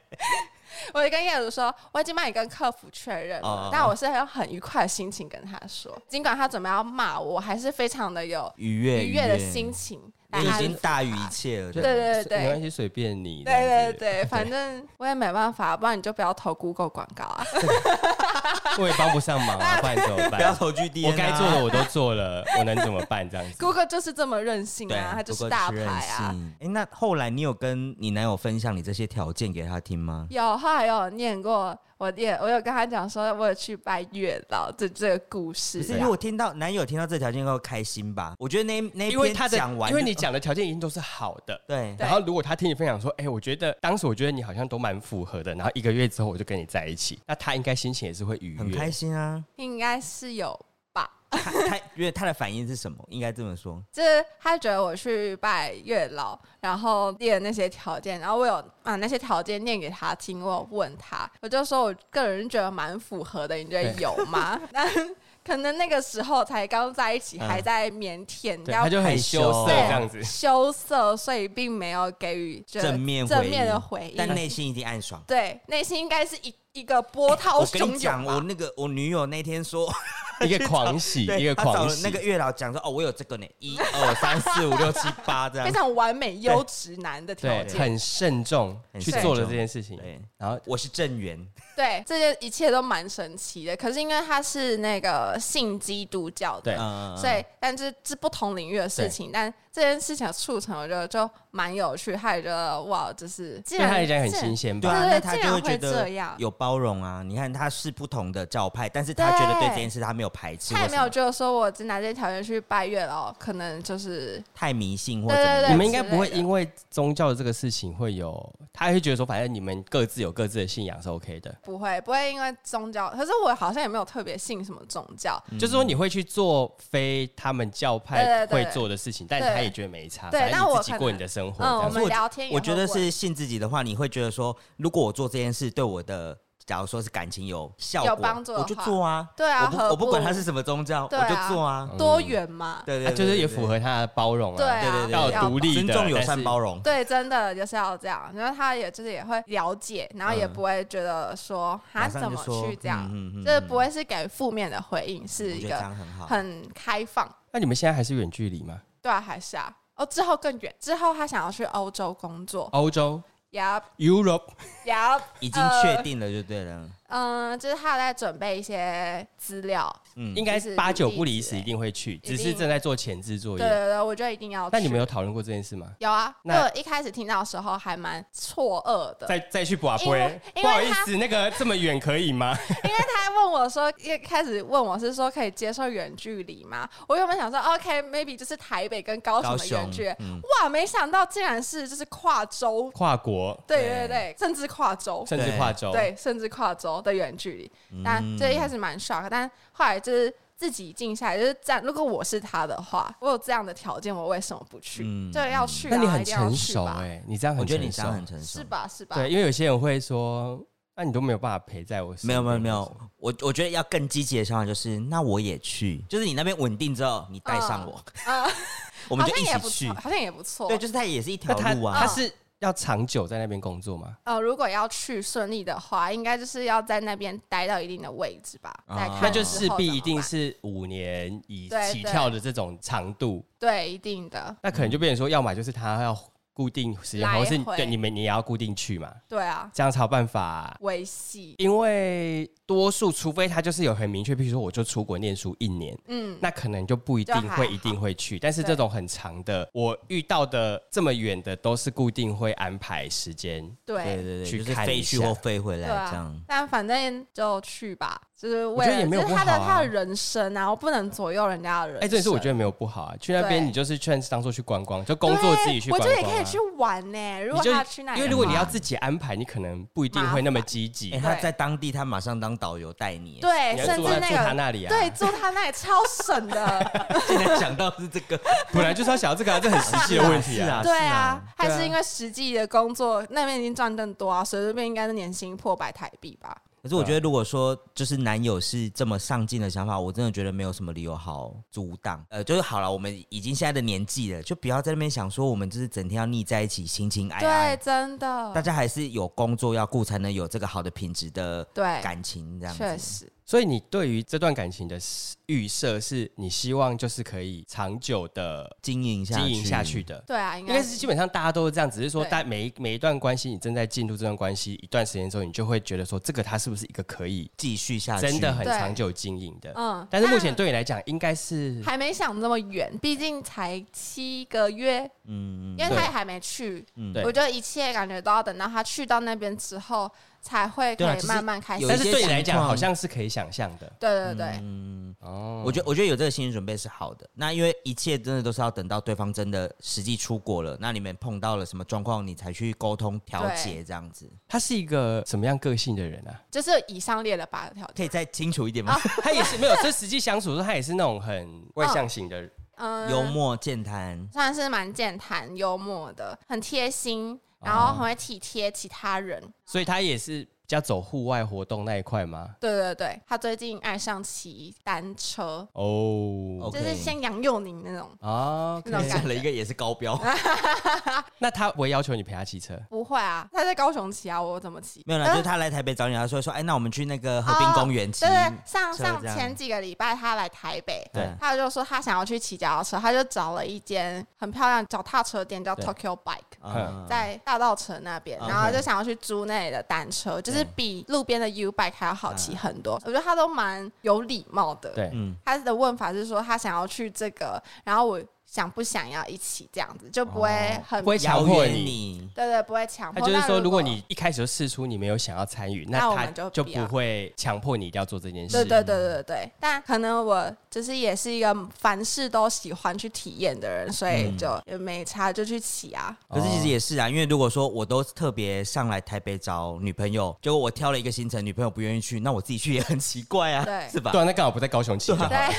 Speaker 1: 我就跟业主说，我已经帮你跟客服确认
Speaker 3: 哦哦
Speaker 1: 了，
Speaker 3: 哦
Speaker 1: 但我是很很愉快的心情跟他说，尽管他准备要骂我，我还是非常的有
Speaker 3: 愉悦
Speaker 1: 愉悦的心，情来
Speaker 3: 你已
Speaker 1: 安
Speaker 3: 经
Speaker 1: 抚
Speaker 3: 大于一
Speaker 1: 他。
Speaker 3: 切了。
Speaker 2: 就
Speaker 1: 对对对
Speaker 2: 没关系，随便你。这样
Speaker 1: 对对
Speaker 2: 子
Speaker 1: 对，反正我也没办法，不然你就不要投 Google 广告 啊。
Speaker 2: 我也帮不上忙啊，不然怎么
Speaker 3: 不要啊
Speaker 2: 办？
Speaker 3: 投 GD，
Speaker 2: 我该做的我都做了，我能怎么办？这样子，
Speaker 1: Google 就是这么任性
Speaker 3: 对
Speaker 1: 啊，，它就
Speaker 3: 不
Speaker 1: 是
Speaker 3: 过
Speaker 1: 大
Speaker 3: 任
Speaker 1: 牌啊。
Speaker 3: 性。哎，那后来你有跟你男友分享你这些条件给他听吗？
Speaker 1: 有，后来有念过，我也我有跟他讲说，我有去拜月老这这个故事啊
Speaker 3: 不
Speaker 1: 这
Speaker 3: 是，
Speaker 1: 样，
Speaker 3: 因为我听到男友听到这条件后开心吧？我觉得那那一
Speaker 2: 因为
Speaker 3: 篇
Speaker 2: 他的
Speaker 3: 讲，完
Speaker 2: 因
Speaker 3: 就，
Speaker 2: 为你讲的条件一定都是好的。
Speaker 3: 对
Speaker 1: 对
Speaker 2: 然后如果他听你分享说，哎，我觉得当时我觉得你好像都蛮符合的，然后一个月之后我就跟你在一起，那他应该心情也是会愉
Speaker 3: 很开
Speaker 2: 悦。
Speaker 3: 心啊。
Speaker 1: 应该是有吧。
Speaker 3: 他他因为他的反应是什么？应该这么说，
Speaker 1: 就是他觉得我去拜月老，然后列那些条件，然后我有把那些条件念给他听，我有问他，我就说我个人觉得蛮符合的，你觉得
Speaker 2: 对
Speaker 1: 有 吗？但可能那个时候才刚在一起，
Speaker 3: 嗯
Speaker 1: 还在腼腆，比
Speaker 2: 对，
Speaker 1: 较
Speaker 2: 他就很羞涩
Speaker 3: 对
Speaker 2: 这样子。
Speaker 1: 羞涩，所以并没有给予觉得
Speaker 3: 正面回
Speaker 1: 正面的
Speaker 3: 应
Speaker 1: 回应，
Speaker 3: 但内心一定暗爽。
Speaker 1: 对内心应该是一一个波涛
Speaker 3: 我
Speaker 1: 汹
Speaker 3: 跟你
Speaker 1: 涌
Speaker 3: 讲，
Speaker 1: 吧。
Speaker 3: 我那个我女友那 天说，
Speaker 2: 一个狂喜，
Speaker 3: 对
Speaker 2: 一个
Speaker 3: 她找
Speaker 2: 狂
Speaker 3: 了
Speaker 2: 喜。
Speaker 3: 那个月老讲说，哦，我有这个呢，一二三四五六七八这样
Speaker 1: 非。 常完美优质男的条
Speaker 2: 对，
Speaker 1: 件，
Speaker 2: 很慎重
Speaker 3: 很
Speaker 2: 去
Speaker 3: 慎
Speaker 2: 做了
Speaker 3: 重
Speaker 2: 这件事情。
Speaker 3: 对，
Speaker 2: 然后
Speaker 3: 我是正缘，
Speaker 1: 对，这些一切都蛮神奇的。可是因为他是那个信基督教的
Speaker 2: 对，
Speaker 3: 嗯
Speaker 1: 所以但是是不同领域的事情，但这件事情的促成，我觉得就蛮有趣。他也觉得哇，就是既
Speaker 2: 对他
Speaker 1: 然
Speaker 2: 来讲很
Speaker 1: 既然
Speaker 2: 新鲜
Speaker 3: 对
Speaker 2: 吧？
Speaker 3: 啊，
Speaker 1: 对
Speaker 3: 那他
Speaker 1: 竟
Speaker 3: 就
Speaker 1: 然
Speaker 3: 会
Speaker 1: 会
Speaker 3: 觉得
Speaker 1: 这样
Speaker 3: 有包容啊。你看他是不同的教派，但是他觉得对
Speaker 1: 对
Speaker 3: 这件事他没有排斥或
Speaker 1: 他
Speaker 3: 什么，
Speaker 1: 也没有觉得说我只拿这些条件去拜月老，可能就是
Speaker 3: 太迷信或
Speaker 1: 对
Speaker 3: 怎么
Speaker 1: 对对，
Speaker 2: 你们应该不会
Speaker 1: 之类的
Speaker 2: 因为宗教的这个事情会有，他会觉得说，反正你们各自有各自的信仰是 OK 的。
Speaker 1: 不会不会因为宗教，可是我好像也没有特别信什么宗教，
Speaker 2: 就是说你会去做非他们教派
Speaker 1: 对对
Speaker 2: 会
Speaker 1: 对
Speaker 2: 做的事情，但
Speaker 1: 对
Speaker 2: 他也觉得没差，
Speaker 1: 对
Speaker 2: 反正
Speaker 1: 那
Speaker 2: 你
Speaker 1: 我
Speaker 2: 自己
Speaker 1: 可
Speaker 2: 过
Speaker 1: 能
Speaker 2: 你的生活。这
Speaker 1: 嗯，我
Speaker 2: 样子
Speaker 1: 们聊天也
Speaker 3: 我
Speaker 1: 会
Speaker 3: 觉得
Speaker 1: 问
Speaker 3: 是信自己的话，你会觉得说，如果我做这件事对我的，假如说是感情有效果，
Speaker 1: 有帮助的
Speaker 3: 我
Speaker 1: 话
Speaker 3: 就做啊。
Speaker 1: 对啊
Speaker 3: 我不
Speaker 1: 何
Speaker 3: 我不管
Speaker 1: 不
Speaker 3: 他是什么宗教，我
Speaker 1: 对啊
Speaker 3: 就做啊。
Speaker 1: 多元嘛，
Speaker 3: 对对
Speaker 2: 嗯啊
Speaker 3: 对，
Speaker 2: 就是也
Speaker 3: 对
Speaker 2: 符合他的包容
Speaker 1: 对
Speaker 2: 啊，
Speaker 1: 啊，
Speaker 3: 对对对
Speaker 2: 要
Speaker 3: 对
Speaker 2: 有独
Speaker 1: 立。
Speaker 2: 立的
Speaker 3: 尊重、友
Speaker 2: 但
Speaker 3: 善、
Speaker 2: 是
Speaker 3: 包容。
Speaker 1: 对，啊真的就是要这样。然后他也就是也会了解，然后也
Speaker 3: 嗯
Speaker 1: 不会觉得说他
Speaker 3: 马上
Speaker 1: 怎
Speaker 3: 就
Speaker 1: 么
Speaker 3: 说
Speaker 1: 去这样，
Speaker 3: 嗯嗯嗯
Speaker 1: 就是不会是给负面的回应，是
Speaker 3: 我
Speaker 1: 一
Speaker 3: 觉得
Speaker 1: 个
Speaker 3: 这样很好。
Speaker 1: 很开放。
Speaker 2: 那你们现在还是远距离吗？
Speaker 1: 对啊，还是啊。哦，之后更远，之后他想要去欧洲工作。
Speaker 3: 哦
Speaker 2: 欧洲
Speaker 1: Yup
Speaker 2: Europe
Speaker 1: Yup，
Speaker 3: 已经确定了就对了，
Speaker 1: 嗯，就是呃他有在准备一些资料，
Speaker 3: 嗯
Speaker 2: 应该
Speaker 1: 就是
Speaker 2: 八九不
Speaker 1: 例
Speaker 2: 离
Speaker 1: 子
Speaker 2: 十，
Speaker 1: 欸
Speaker 2: 一定会去，只
Speaker 1: 定
Speaker 2: 是正在做前置作
Speaker 1: 对对
Speaker 2: 业。
Speaker 1: 对，我觉得一定要去。
Speaker 2: 那你们有讨论过这件事吗？
Speaker 1: 有啊？
Speaker 2: 那
Speaker 1: 我一开始听到的时候还蛮错愕的，
Speaker 2: 再再去把
Speaker 1: 因为
Speaker 2: 杯，
Speaker 1: 因为
Speaker 2: 不好意
Speaker 1: 他
Speaker 2: 思，那个这么远可以吗？
Speaker 1: 因为他问我说，一开始问我是说可以接受远距离吗？我原本想说，OK，maybe、就是台北跟高雄
Speaker 3: 高
Speaker 1: 的
Speaker 3: 雄
Speaker 1: 远距，
Speaker 3: 嗯
Speaker 1: 哇，没想到竟然是就是跨州，
Speaker 2: 跨国
Speaker 1: 对
Speaker 3: 对
Speaker 1: 对对，甚至跨州，
Speaker 2: 甚至
Speaker 3: 对
Speaker 2: 跨州，
Speaker 1: 对，甚至跨州的远距离。但
Speaker 3: 嗯
Speaker 1: 这一开始蛮 shock，但后来就是自己静下来，就是站。如果我是他的话，我有这样的条件，我为什么不去？
Speaker 3: 嗯
Speaker 1: 就要去、啊，
Speaker 2: 那你很
Speaker 1: 一定要
Speaker 2: 成
Speaker 1: 去
Speaker 2: 熟
Speaker 1: 吧，
Speaker 2: 哎，你这样
Speaker 3: 我
Speaker 2: 很
Speaker 3: 觉得
Speaker 2: 成
Speaker 3: 你这样很
Speaker 2: 熟，
Speaker 3: 成熟
Speaker 1: 是。吧？是吧？
Speaker 2: 对，因为有些人会说，那你都没有办法陪在我身
Speaker 3: 没有没有
Speaker 2: 边
Speaker 3: 没有，我我觉得要更积极的想法就是，那我也去，就是你那边稳定之后，你带上我，
Speaker 1: 啊，
Speaker 3: 我们
Speaker 1: 好
Speaker 3: 就
Speaker 1: 像
Speaker 3: 一
Speaker 1: 也不
Speaker 3: 起
Speaker 1: 错，
Speaker 3: 去。
Speaker 1: 好像也不错。哦
Speaker 3: 对，就是它也是一
Speaker 2: 那
Speaker 3: 条
Speaker 2: 他
Speaker 3: 路啊。
Speaker 2: 他是要长久在那边工作吗？
Speaker 1: 呃，如果要去顺利的话，应该就是要在那边待到一定的位置吧。
Speaker 3: 哦
Speaker 1: 再看
Speaker 2: 啊那就
Speaker 1: 之
Speaker 2: 势
Speaker 1: 后
Speaker 2: 必
Speaker 1: 怎么
Speaker 2: 一定
Speaker 1: 办
Speaker 2: 是五年以
Speaker 1: 对
Speaker 2: 起
Speaker 1: 对
Speaker 2: 跳的这种长度，
Speaker 1: 对，一定的，
Speaker 2: 那可能就变成说，要么就是他要固定时间，
Speaker 1: 来
Speaker 2: 或是
Speaker 1: 回
Speaker 2: 对你们你也要固定去嘛，
Speaker 1: 对啊，
Speaker 2: 这样才有办法、
Speaker 1: 维系，
Speaker 2: 因为多数，除非他就是有很明确，比如说我就出国念书一年，
Speaker 1: 嗯，
Speaker 2: 那可能就不一
Speaker 1: 就
Speaker 2: 定
Speaker 1: 还
Speaker 2: 会
Speaker 1: 好
Speaker 2: 一定会去。但是
Speaker 1: 对
Speaker 2: 这种很长的，我遇到的这么远的，都是固定会安排时间。
Speaker 3: 对
Speaker 1: 对。
Speaker 3: 对对，
Speaker 2: 去
Speaker 3: 就是
Speaker 2: 看
Speaker 3: 飞
Speaker 2: 一
Speaker 3: 去
Speaker 2: 下
Speaker 3: 或飞回来
Speaker 1: 对啊
Speaker 3: 这样。，
Speaker 1: 但反正就去吧，就是
Speaker 2: 我
Speaker 1: 为
Speaker 2: 觉
Speaker 1: 了
Speaker 2: 得也没有
Speaker 1: 就是
Speaker 2: 不
Speaker 1: 他的
Speaker 2: 好啊
Speaker 1: 他的人生啊，我不能左右人家的人生。
Speaker 2: 哎，这也是我觉得没有不好啊。去那边
Speaker 1: 对
Speaker 2: 你就是劝当做去观光，
Speaker 1: 对
Speaker 2: 就工作自己去
Speaker 1: 我
Speaker 2: 观
Speaker 1: 觉
Speaker 2: 光、
Speaker 1: 得
Speaker 2: 啊。
Speaker 1: 也可以去玩呢、如果
Speaker 2: 你就
Speaker 1: 他要去那里的话，
Speaker 2: 因为如果你要自己安排，你可能不一定会那么积极。
Speaker 3: 哎、他在当地，他马上当导游带你。，
Speaker 1: 对，
Speaker 2: 你要
Speaker 1: 哎甚
Speaker 2: 住
Speaker 1: 至
Speaker 2: 在
Speaker 1: 那
Speaker 2: 住他
Speaker 1: 个
Speaker 2: 那里啊，
Speaker 1: 对，住他那里超省的，
Speaker 3: 竟然想到是这个，
Speaker 2: 本来就是要想到这个啊，这很实际的问 题
Speaker 3: 是
Speaker 2: 啊。
Speaker 3: 啊
Speaker 1: 对啊，还
Speaker 2: 对啊
Speaker 1: 是因为实际的工作那边已经赚更多啊，随随便应该是年薪破百台币吧。
Speaker 3: 可是我觉得，如果说就是男友是这么上进的想法，我真的觉得没有什么理由好阻挡。呃，就是好了，我们已经现在的年纪了，就不要在那边想说我们就是整天要腻在一起，情情
Speaker 2: 哎
Speaker 3: 爱
Speaker 1: 对，
Speaker 3: 爱。
Speaker 1: 真
Speaker 3: 大
Speaker 1: 的，
Speaker 3: 家还是有工作要顾，才能有这个好的品质的
Speaker 1: 对，
Speaker 3: 感情，这样
Speaker 1: 确
Speaker 3: 子。
Speaker 1: 实，
Speaker 2: 所以你对于这段感情的预设是，你希望就是可以长久的
Speaker 3: 经营下去，
Speaker 2: 经营下去的。
Speaker 1: 对啊，应
Speaker 2: 应该是基本上大家都是这样，只是说
Speaker 1: 对
Speaker 2: 大每一每一段关系，你正在进入这段关系一段时间之后，你就会觉得说，这个它是不是一个可以
Speaker 3: 继续下去，
Speaker 2: 真的很
Speaker 1: 对
Speaker 2: 长久经营的？
Speaker 1: 嗯，
Speaker 2: 但是目前对你来讲，应该是
Speaker 1: 还没想那么远，毕竟才七个月，
Speaker 3: 嗯，
Speaker 1: 因为他
Speaker 2: 对
Speaker 1: 也还没去。
Speaker 3: 嗯
Speaker 2: 对
Speaker 1: 我觉得一切感觉都要等到他去到那边之后，才会可
Speaker 3: 对啊
Speaker 1: 以
Speaker 3: 就是
Speaker 1: 慢慢开始
Speaker 3: 有一。
Speaker 2: 但
Speaker 3: 些
Speaker 2: 是对你来
Speaker 3: 情
Speaker 2: 讲，
Speaker 3: 况
Speaker 2: 好像是可以想象的
Speaker 1: 对对
Speaker 2: 嗯
Speaker 1: 对，
Speaker 2: 哦。
Speaker 3: 嗯我觉我觉得有这个心理准备是好的。那因为一切真的都是要等到对方真的实际出国了，那你们碰到了什么状况，你才去沟通调解这样子。
Speaker 2: 他是一个什么样个性的人 啊？
Speaker 1: 就是以上列了八个条
Speaker 3: 可
Speaker 1: 件。
Speaker 3: 以再清楚一点吗？
Speaker 2: 他也是没有，这实际相处的时候，他也是那种很 外向型的人。
Speaker 1: 嗯，
Speaker 3: 幽默健谈，
Speaker 1: 算是蛮健谈、幽默的，很贴心，
Speaker 2: 哦
Speaker 1: 然后很会体贴其他人。
Speaker 2: 所以他也是比较走户外活动那一块吗？
Speaker 1: 对对对，他最近爱上骑单车，
Speaker 2: 哦
Speaker 3: OK
Speaker 1: 就是像杨佑宁那种。
Speaker 2: 啊，
Speaker 1: 那种感觉
Speaker 3: 讲了一个也是高标，
Speaker 2: 那他不会要求你陪他骑车？
Speaker 1: 不会啊，他在高雄骑啊，我怎么骑？
Speaker 3: 没有啦，就是他来台北找你，他说说，哎，那我们去那个河滨
Speaker 1: 哦
Speaker 3: 公园骑
Speaker 1: 对，对，上
Speaker 3: 车
Speaker 1: 上
Speaker 3: 这样
Speaker 1: 前几个礼拜他来台北，
Speaker 3: 对
Speaker 1: 他就说他想要去骑脚踏车，他就找了一间很漂亮脚踏车店，叫
Speaker 2: 对
Speaker 1: Tokyo Bike。
Speaker 3: 嗯
Speaker 1: 在大道城那边，
Speaker 3: OK
Speaker 1: 然后就想要去租那里的单车，就是比路边的 U bike 还要好骑很多。我觉得他都蛮有礼貌的，
Speaker 2: 对，
Speaker 3: 嗯
Speaker 1: 他的问法是说他想要去这个，然后我想不想要一起这样子，就不会很、
Speaker 2: 不会强
Speaker 3: 遥
Speaker 2: 迫
Speaker 3: 远
Speaker 2: 你。
Speaker 3: 你，
Speaker 1: 对对，不会强
Speaker 2: 哦他
Speaker 1: 迫。
Speaker 2: 就是
Speaker 1: 那
Speaker 2: 说，如果你一开始就试出你没有想要参与，
Speaker 1: 那我
Speaker 2: 他
Speaker 1: 们就
Speaker 2: 就
Speaker 1: 不要
Speaker 2: 不会强迫你一定要做这件
Speaker 1: 对
Speaker 2: 事。
Speaker 1: 对对对对对，但可能我就是也是一个凡事都喜欢去体验的人，所以就
Speaker 2: 嗯
Speaker 1: 也没差就去骑 啊。
Speaker 3: 可是
Speaker 2: 哦
Speaker 3: 其实也是啊，因为如果说我都特别上来台北找女朋友，结果我挑了一个行程，女朋友不愿意去，那我自己去也很奇怪啊，
Speaker 1: 对
Speaker 3: 是吧
Speaker 2: 对？啊，那刚好不在高雄骑就好了。
Speaker 1: 对啊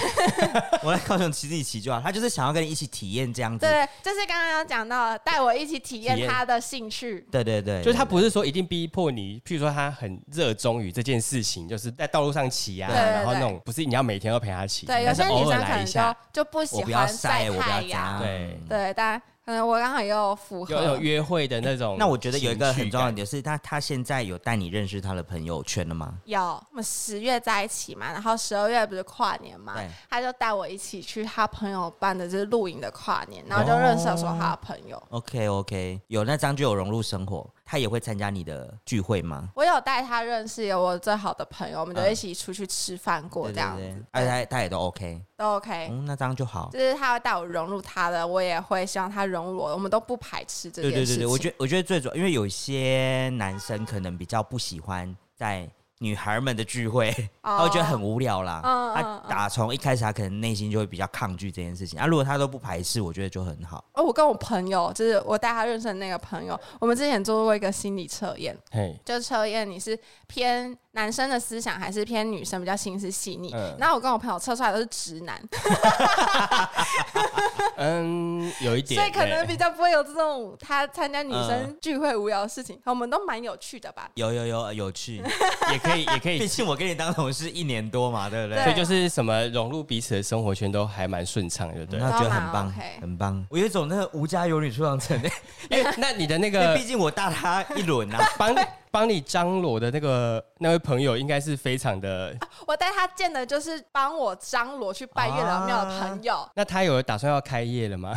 Speaker 3: 我来高雄骑自己骑就好，他就是想要跟你一起体验这样子。
Speaker 1: 对，就是刚刚有讲到的带我一起体
Speaker 2: 体
Speaker 1: 验
Speaker 2: 验
Speaker 1: 他的兴趣，
Speaker 3: 对对对，
Speaker 2: 就是他不是说一定逼迫你，譬如说他很热衷于这件事情，就是在道路上骑啊，
Speaker 1: 对对对
Speaker 2: 然后那种不是你要每天都陪他骑，
Speaker 1: 对，有
Speaker 2: 但是
Speaker 1: 些女
Speaker 2: 偶尔
Speaker 1: 生可
Speaker 2: 来一
Speaker 1: 能
Speaker 2: 下
Speaker 1: 就，就不喜
Speaker 3: 我不要
Speaker 1: 欢
Speaker 3: 晒，
Speaker 1: 晒
Speaker 3: 我不
Speaker 1: 太
Speaker 3: 要
Speaker 1: 阳，
Speaker 3: 脏。
Speaker 2: 对
Speaker 1: 对，但可能我刚好也有符
Speaker 2: 有那
Speaker 1: 合
Speaker 2: 种，约会的那种。
Speaker 3: 哎那我觉得有一个很重要的
Speaker 2: 点，
Speaker 3: 点是，他他现在有带你认识他的朋友圈了吗？
Speaker 1: 有我们十月在一起嘛，然后十二月不是跨年嘛
Speaker 3: 对，
Speaker 1: 他就带我一起去他朋友办的就是
Speaker 3: 哦
Speaker 1: 露营的跨年，然后就认识了说他的朋友，
Speaker 3: OK OK，有那张就有融入生活。他也会参加你的聚会吗？
Speaker 1: 我有带他认识有我最好的朋友，我们就一起出去吃饭过
Speaker 3: 嗯对
Speaker 1: 这样
Speaker 3: 对
Speaker 1: 子
Speaker 3: 对，而且他他也都 OK，
Speaker 1: 都 OK。
Speaker 3: 嗯，那这样就好。
Speaker 1: 就是他会带我融入他的，我也会希望他融入我，我们都不排斥这
Speaker 3: 对
Speaker 1: 件
Speaker 3: 对
Speaker 1: 事情。
Speaker 3: 对对，我觉得我觉得最主要，因为有些男生可能比较不喜欢在女孩们的聚会，他会觉得很无聊啦。
Speaker 1: 嗯
Speaker 3: 他
Speaker 1: 嗯嗯
Speaker 3: 打从一开始，他可能内心就会比较抗拒这件事情。啊，如果他都不排斥，我觉得就很好。
Speaker 1: 哦，我跟我朋友，就是我带他认识的那个朋友，我们之前做过一个心理测验，
Speaker 2: 嘿，
Speaker 1: 就测验你是偏男生的思想还是偏女生比较心思细腻。
Speaker 2: 嗯
Speaker 1: 然后我跟我朋友测出来都是直 男，
Speaker 2: 嗯，有一点，
Speaker 1: 所以可能
Speaker 2: 对
Speaker 1: 比较不会有这种他参加女
Speaker 3: 嗯
Speaker 1: 生聚会无聊的事情。我们都蛮有趣的吧？
Speaker 3: 有有有有趣，
Speaker 2: 也可以，也可以
Speaker 3: 毕，竟我跟你当同事一年多嘛，对不对？
Speaker 2: 所以就是什么融入彼此的生活圈都还蛮顺畅的，对不对？
Speaker 3: 那觉得很
Speaker 1: 都
Speaker 3: 棒
Speaker 1: 蛮 OK，
Speaker 3: 很棒。我有一种那个无家有女出长城，
Speaker 2: 因为那你的那
Speaker 3: 因为
Speaker 2: 个
Speaker 3: 毕竟我大他一轮啊。
Speaker 2: 帮帮你张罗的那个那位朋友，应该是非常的。
Speaker 1: 我带他见的就是帮我张罗去拜月老庙的朋友。
Speaker 3: 啊
Speaker 2: 那他有打算要开业了吗？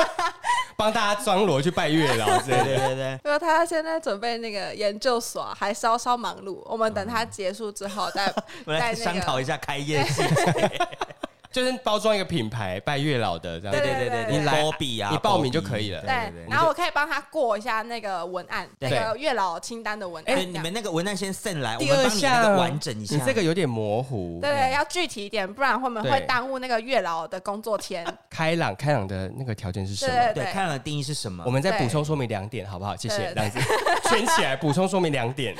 Speaker 2: 帮大家张罗去拜月老之类
Speaker 3: 对
Speaker 2: 的。
Speaker 3: 对对对，
Speaker 1: 因为他现在准备那个研究所啊，还稍稍忙碌。我们等他结束之后再
Speaker 3: 我们来
Speaker 1: 再
Speaker 3: 商
Speaker 1: 那
Speaker 3: 讨
Speaker 1: 个。
Speaker 3: 一下开业事。
Speaker 2: 就是包装一个品牌拜月老的这样
Speaker 1: 对
Speaker 2: 子。
Speaker 1: 对对对
Speaker 3: 你来比啊，
Speaker 2: 你报名就
Speaker 3: Bobby
Speaker 2: 可以了
Speaker 3: 对对
Speaker 1: 对
Speaker 3: 对，。
Speaker 1: 然后我可以帮他过一下那个文案，那
Speaker 3: 对
Speaker 1: 个月老清单的文案。
Speaker 3: 哎、
Speaker 1: 这样
Speaker 3: 你们那个文案先送来，我
Speaker 2: 第
Speaker 3: 们
Speaker 2: 二
Speaker 3: 帮你那
Speaker 2: 项
Speaker 3: 个完整一下。
Speaker 2: 你这个有点模糊。
Speaker 1: 对，要具体一点，不然会不
Speaker 2: 对
Speaker 1: 会耽误那个月老的工作天？
Speaker 2: 开朗开朗的那个条件是什么？
Speaker 1: 对
Speaker 3: 对，
Speaker 1: 对
Speaker 3: 看了定义是什么？
Speaker 2: 我们再补充说明两点，好不好？谢
Speaker 1: 对对
Speaker 2: 谢，这样子圈起来，补充说明 两点。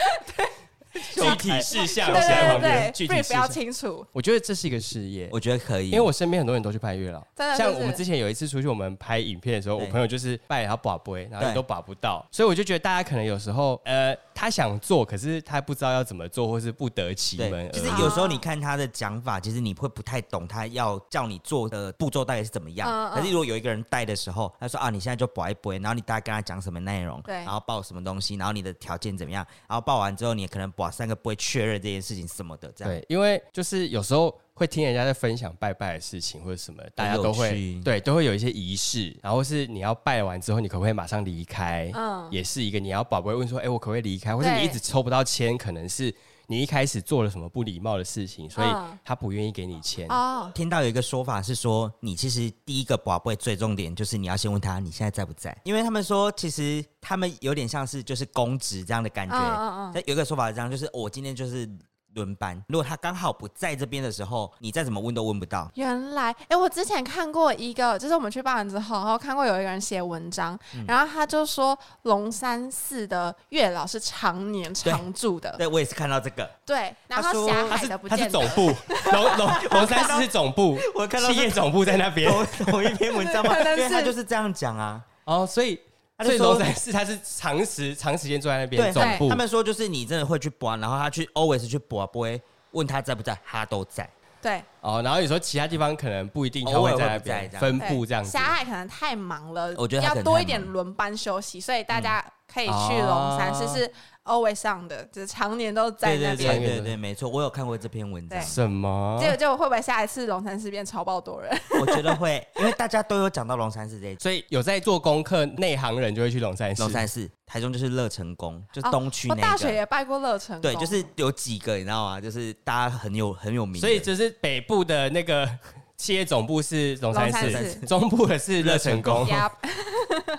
Speaker 2: 具体事项
Speaker 1: 对
Speaker 2: 写在
Speaker 1: 对
Speaker 2: 旁边，具
Speaker 1: 对对，
Speaker 2: 体
Speaker 1: 不
Speaker 2: 事
Speaker 1: 要
Speaker 2: 项。
Speaker 1: 清楚。
Speaker 2: 我觉得这是一个事业，
Speaker 3: 我觉得可以，
Speaker 2: 因为我身边很多人都去拜月老
Speaker 1: 真的。
Speaker 2: 像
Speaker 1: 就是
Speaker 2: 我们之前有一次出去，我们拍影片的时候，
Speaker 3: 对
Speaker 2: 我朋友就是拜然后把杯，然后
Speaker 3: 对
Speaker 2: 都把不到，所以我就觉得大家可能有时候，呃，他想做，可是他不知道要怎么做，或是不得其门
Speaker 3: 对，
Speaker 2: 而
Speaker 3: 就是
Speaker 2: 已。
Speaker 3: 有时候你看他的讲法，其实你会不太懂他要叫你做的步骤大概是怎么样。
Speaker 1: 嗯嗯
Speaker 3: 可是如果有一个人带的时候，他说啊，你现在就摆一杯，然后你大概跟他讲什么内容，
Speaker 1: 对
Speaker 3: 然后报什么东西，然后你的条件怎么样，然后报完之后你可能把三个杯确认这件事情什么的，这样。
Speaker 2: 对，因为就是有时候会听人家在分享拜拜的事情或者什么，大家都会
Speaker 3: 趣
Speaker 2: 对都会有一些仪式，然后是你要拜完之后，你可不可以马上离开？
Speaker 1: 嗯
Speaker 2: 也是一个你要宝贝问说，哎、我可不可以离开？或者
Speaker 1: 对
Speaker 2: 你一直抽不到签，可能是你一开始做了什么不礼貌的事情，所以
Speaker 1: 嗯
Speaker 2: 他不愿意给你签。
Speaker 1: 哦，
Speaker 3: 听到有一个说法是说，你其实第一个宝贝最重点就是你要先问他你现在在不在，因为他们说其实他们有点像是就是公职这样的感觉。
Speaker 1: 嗯嗯嗯，
Speaker 3: 那有一个说法是这样，就是哦我今天就是轮班，如果他刚好不在这边的时候，你再怎么问都问不到。
Speaker 1: 原来，哎、我之前看过一个，就是我们去办完之后，然后看过有一个人写文章，
Speaker 2: 嗯
Speaker 1: 然后他就说龙山寺的月老是常年常驻的，
Speaker 3: 对，我也是看到这个，
Speaker 1: 对，然后
Speaker 3: 他说
Speaker 1: 霞
Speaker 2: 他
Speaker 1: 海
Speaker 2: 是
Speaker 1: 的不
Speaker 2: 他是
Speaker 1: 见得
Speaker 2: 总部，龙龙龙山寺是总部，
Speaker 3: 我看到
Speaker 2: 企 业总部在那边
Speaker 3: 同同一篇文章嘛，
Speaker 1: 可能
Speaker 3: 因
Speaker 1: 是
Speaker 3: 为他就是这样讲啊。
Speaker 2: 哦，所以
Speaker 3: 他就
Speaker 2: 所以
Speaker 3: 说
Speaker 2: 龙山寺他是长时长时间坐在那边
Speaker 3: 对
Speaker 2: 总部
Speaker 3: 他，们说就是你真的会去播，然后他去 always 去播，不会问他在不在，他都在。
Speaker 1: 对，
Speaker 2: 哦，然后有时候其他地方可能不一定他
Speaker 3: 偶尔
Speaker 2: 会在
Speaker 3: 会
Speaker 2: 那
Speaker 3: 不在
Speaker 2: 边
Speaker 3: 这样
Speaker 2: 分
Speaker 1: 对
Speaker 2: 布这样子。
Speaker 1: 霞海可能太忙了，
Speaker 3: 我觉得他可
Speaker 1: 要
Speaker 3: 能
Speaker 1: 多
Speaker 3: 太
Speaker 1: 一点
Speaker 3: 忙
Speaker 1: 轮班休息，所以大家可以去
Speaker 2: 嗯
Speaker 1: 龙山寺
Speaker 2: 哦
Speaker 1: 是 always on 的，就是常年都在
Speaker 3: 对
Speaker 1: 那
Speaker 3: 对
Speaker 1: 边
Speaker 3: 对。
Speaker 2: 边
Speaker 3: 对对，没错，我有看过这篇文章，
Speaker 1: 对
Speaker 2: 什么？
Speaker 1: 结果结果会不会下一次龙山寺变超爆多人？
Speaker 3: 我觉得会，因为大家都有讲到龙山寺这一区。
Speaker 2: 所以有在做功课内行人就会去龙山寺。
Speaker 3: 龙山寺，台中就是乐成宫，就是
Speaker 1: 哦
Speaker 3: 东区
Speaker 1: 我
Speaker 3: 那个。
Speaker 1: 大学也拜过乐成宫，
Speaker 3: 对，就是有几个，你知道吗？就是大家很有很有名的，
Speaker 2: 所以就是北部的那个 企业总部是龙山
Speaker 1: 龙山
Speaker 2: 寺
Speaker 1: 寺，
Speaker 2: 中部的是乐成宫。
Speaker 1: 哦呀，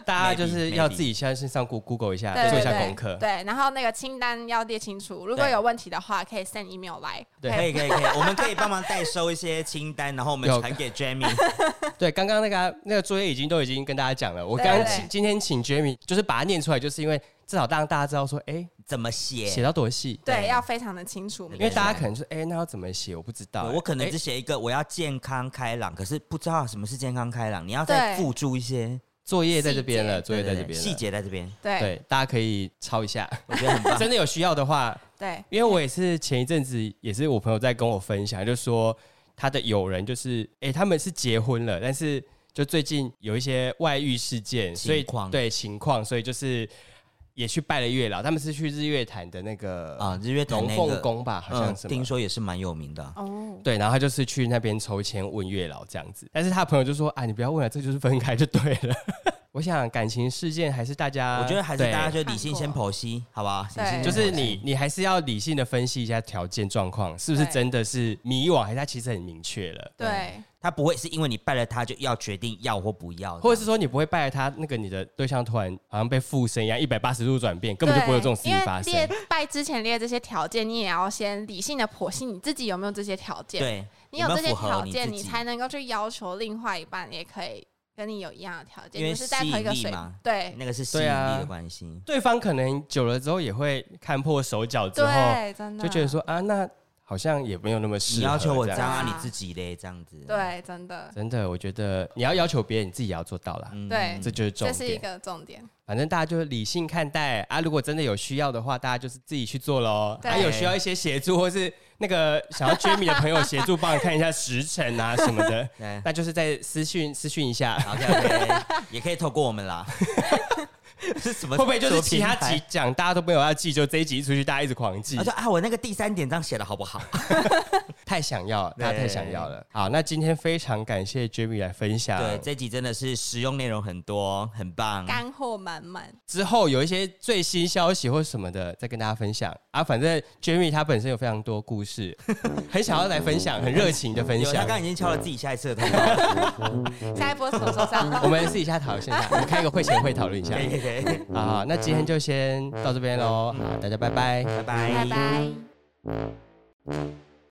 Speaker 2: 大家就
Speaker 3: Maybe,
Speaker 2: 是
Speaker 3: maybe
Speaker 2: 要自己先先上 Go- Google 一下，
Speaker 1: 对
Speaker 2: 做一
Speaker 1: 对
Speaker 2: 下
Speaker 1: 对
Speaker 2: 功课。
Speaker 1: 对，然后那个清单要列清楚，如果
Speaker 3: 对
Speaker 1: 有问题的话，可以 send email 来。
Speaker 2: 对
Speaker 3: 可以可以可以， 我们可以帮忙代收一些清单，然后我们
Speaker 2: 有
Speaker 3: 传给 Jamie。
Speaker 2: 对，刚刚那个啊那个作业已经都已经跟大家讲了。我
Speaker 1: 对
Speaker 2: 刚刚
Speaker 1: 对
Speaker 2: 请今天请 Jamie 就是把它念出来，就是因为至少让大家知道说，哎，
Speaker 3: 怎么
Speaker 2: 写
Speaker 3: 写？
Speaker 2: 到多细。
Speaker 1: 对，要非常的清楚明
Speaker 2: 因为
Speaker 1: 确。
Speaker 2: 大家可能说，哎，那要怎么写？我不知道。
Speaker 3: 我可能
Speaker 2: 哎
Speaker 3: 只写一个我要健康开朗，可是不知道什么是健康开朗，你要再
Speaker 1: 对
Speaker 3: 附注一些
Speaker 2: 作业在这边了，作业在
Speaker 3: 对
Speaker 2: 这
Speaker 3: 对
Speaker 2: 边了
Speaker 3: 细。节在这边，
Speaker 1: 对
Speaker 2: 对，大家可以抄一 下。
Speaker 3: 我觉得很 棒。
Speaker 2: 真的有需要的话，
Speaker 1: 对
Speaker 2: 因为我也是前一阵子，也是我朋友在跟我分享，就说他的友人就是，哎、他们是结婚了，但是就最近有一些外遇事件，所以
Speaker 3: 情况
Speaker 2: 对情况，所以就是也去拜了月老，他们是去日月潭的那个
Speaker 3: 啊，日月潭
Speaker 2: 龙
Speaker 3: 那
Speaker 2: 凤
Speaker 3: 个，
Speaker 2: 宫吧，好
Speaker 3: 嗯，
Speaker 2: 像什么。
Speaker 3: 听说也是蛮有名的。
Speaker 1: 哦，
Speaker 2: 对，然后他就是去那边抽签问月老这样子，但是他朋友就说：“啊，你不要问了，这就是分开就对了。” 我想感情事件还是大家，
Speaker 3: 我觉得还是
Speaker 2: 呃对
Speaker 3: 大家就理性先剖析，好不好？理性先
Speaker 1: 对
Speaker 2: 就是
Speaker 3: 剖析
Speaker 2: 你，你还是要理性的分析一下条件状况，是不是
Speaker 1: 对
Speaker 2: 真的是迷惘，还是他其实很明确了，
Speaker 1: 对，
Speaker 3: 他不会是因为你拜了他就要决定要或不要，
Speaker 2: 或者是说你不会拜他那个你的对象突然好像被附身一样，一百八十度转变，根本就不会有这种事情发生
Speaker 1: 因。为列拜之前列这些条件，你也要先理性的剖析你自己有没有这些条件。
Speaker 3: 对，
Speaker 1: 你
Speaker 3: 有
Speaker 1: 有
Speaker 3: 没
Speaker 1: 这些
Speaker 3: 符合
Speaker 1: 条件，
Speaker 3: 你
Speaker 1: 你
Speaker 3: 自己
Speaker 1: 才能够去要求另外一半也可以跟你有一样的条件，
Speaker 3: 因为
Speaker 1: 就是在同一个
Speaker 3: 吸引
Speaker 1: 水
Speaker 3: 力嘛
Speaker 1: 对
Speaker 3: 那个是吸引力
Speaker 2: 对啊
Speaker 3: 的关系。
Speaker 2: 对方可能久了之后也会看破手脚之后，
Speaker 1: 对，真的
Speaker 2: 就觉得说啊，那好像也没有那么适合。
Speaker 3: 你要求我这
Speaker 2: 这
Speaker 3: 样
Speaker 2: 样，
Speaker 3: 啊，
Speaker 1: 对
Speaker 3: 你
Speaker 1: 啊
Speaker 3: 自己嘞，这样子。
Speaker 1: 对，真的
Speaker 2: 真的，我觉得你要要求别人，你自己也要做到啦。
Speaker 3: 嗯
Speaker 1: 对
Speaker 2: 这就是重
Speaker 1: 这是一
Speaker 2: 点。
Speaker 1: 个重点。
Speaker 2: 反正大家就是理性看待啊，如果真的有需要的话，大家就是自己去做喽。
Speaker 1: 对
Speaker 2: 还、有需要一些协助，或是那个想要追你的朋友协助，帮你看一下时辰啊什么 的，
Speaker 3: 对
Speaker 2: 那就是在私讯私讯一下，
Speaker 3: ，OK OK，也可以透过我们啦。 是什么？
Speaker 2: 会不会就是其他
Speaker 3: 什么
Speaker 2: 集
Speaker 3: 平台？
Speaker 2: 讲大家都没有要记，就这一集出去大家一直狂记
Speaker 3: 他，说啊，我那个第三点这样写的好不好？
Speaker 2: 太想要，了，大家
Speaker 3: 对
Speaker 2: 太想要了。好，那今天非常感谢 Jimmy 来分享，
Speaker 3: 对，这集真的是实用内容很多，很
Speaker 2: 嗯
Speaker 3: 棒。
Speaker 1: 干货满满，
Speaker 2: 之后有一些最新消息或什么的再跟大家分享啊。反正 Jimmy 他本身有非常多故 事，很想要来分享，很热情的分
Speaker 3: 有，他
Speaker 2: 享
Speaker 3: 刚。刚已经敲了自己下一次的通告了。
Speaker 1: 下一波手手上
Speaker 2: 嗯 我们私底下讨论一下，我们开一个会前会讨论一下
Speaker 3: 可。以可以 可以，
Speaker 2: 好好，那今天就先到这边喽，好大家拜拜。
Speaker 3: 拜
Speaker 1: 拜
Speaker 3: 拜。
Speaker 1: 拜。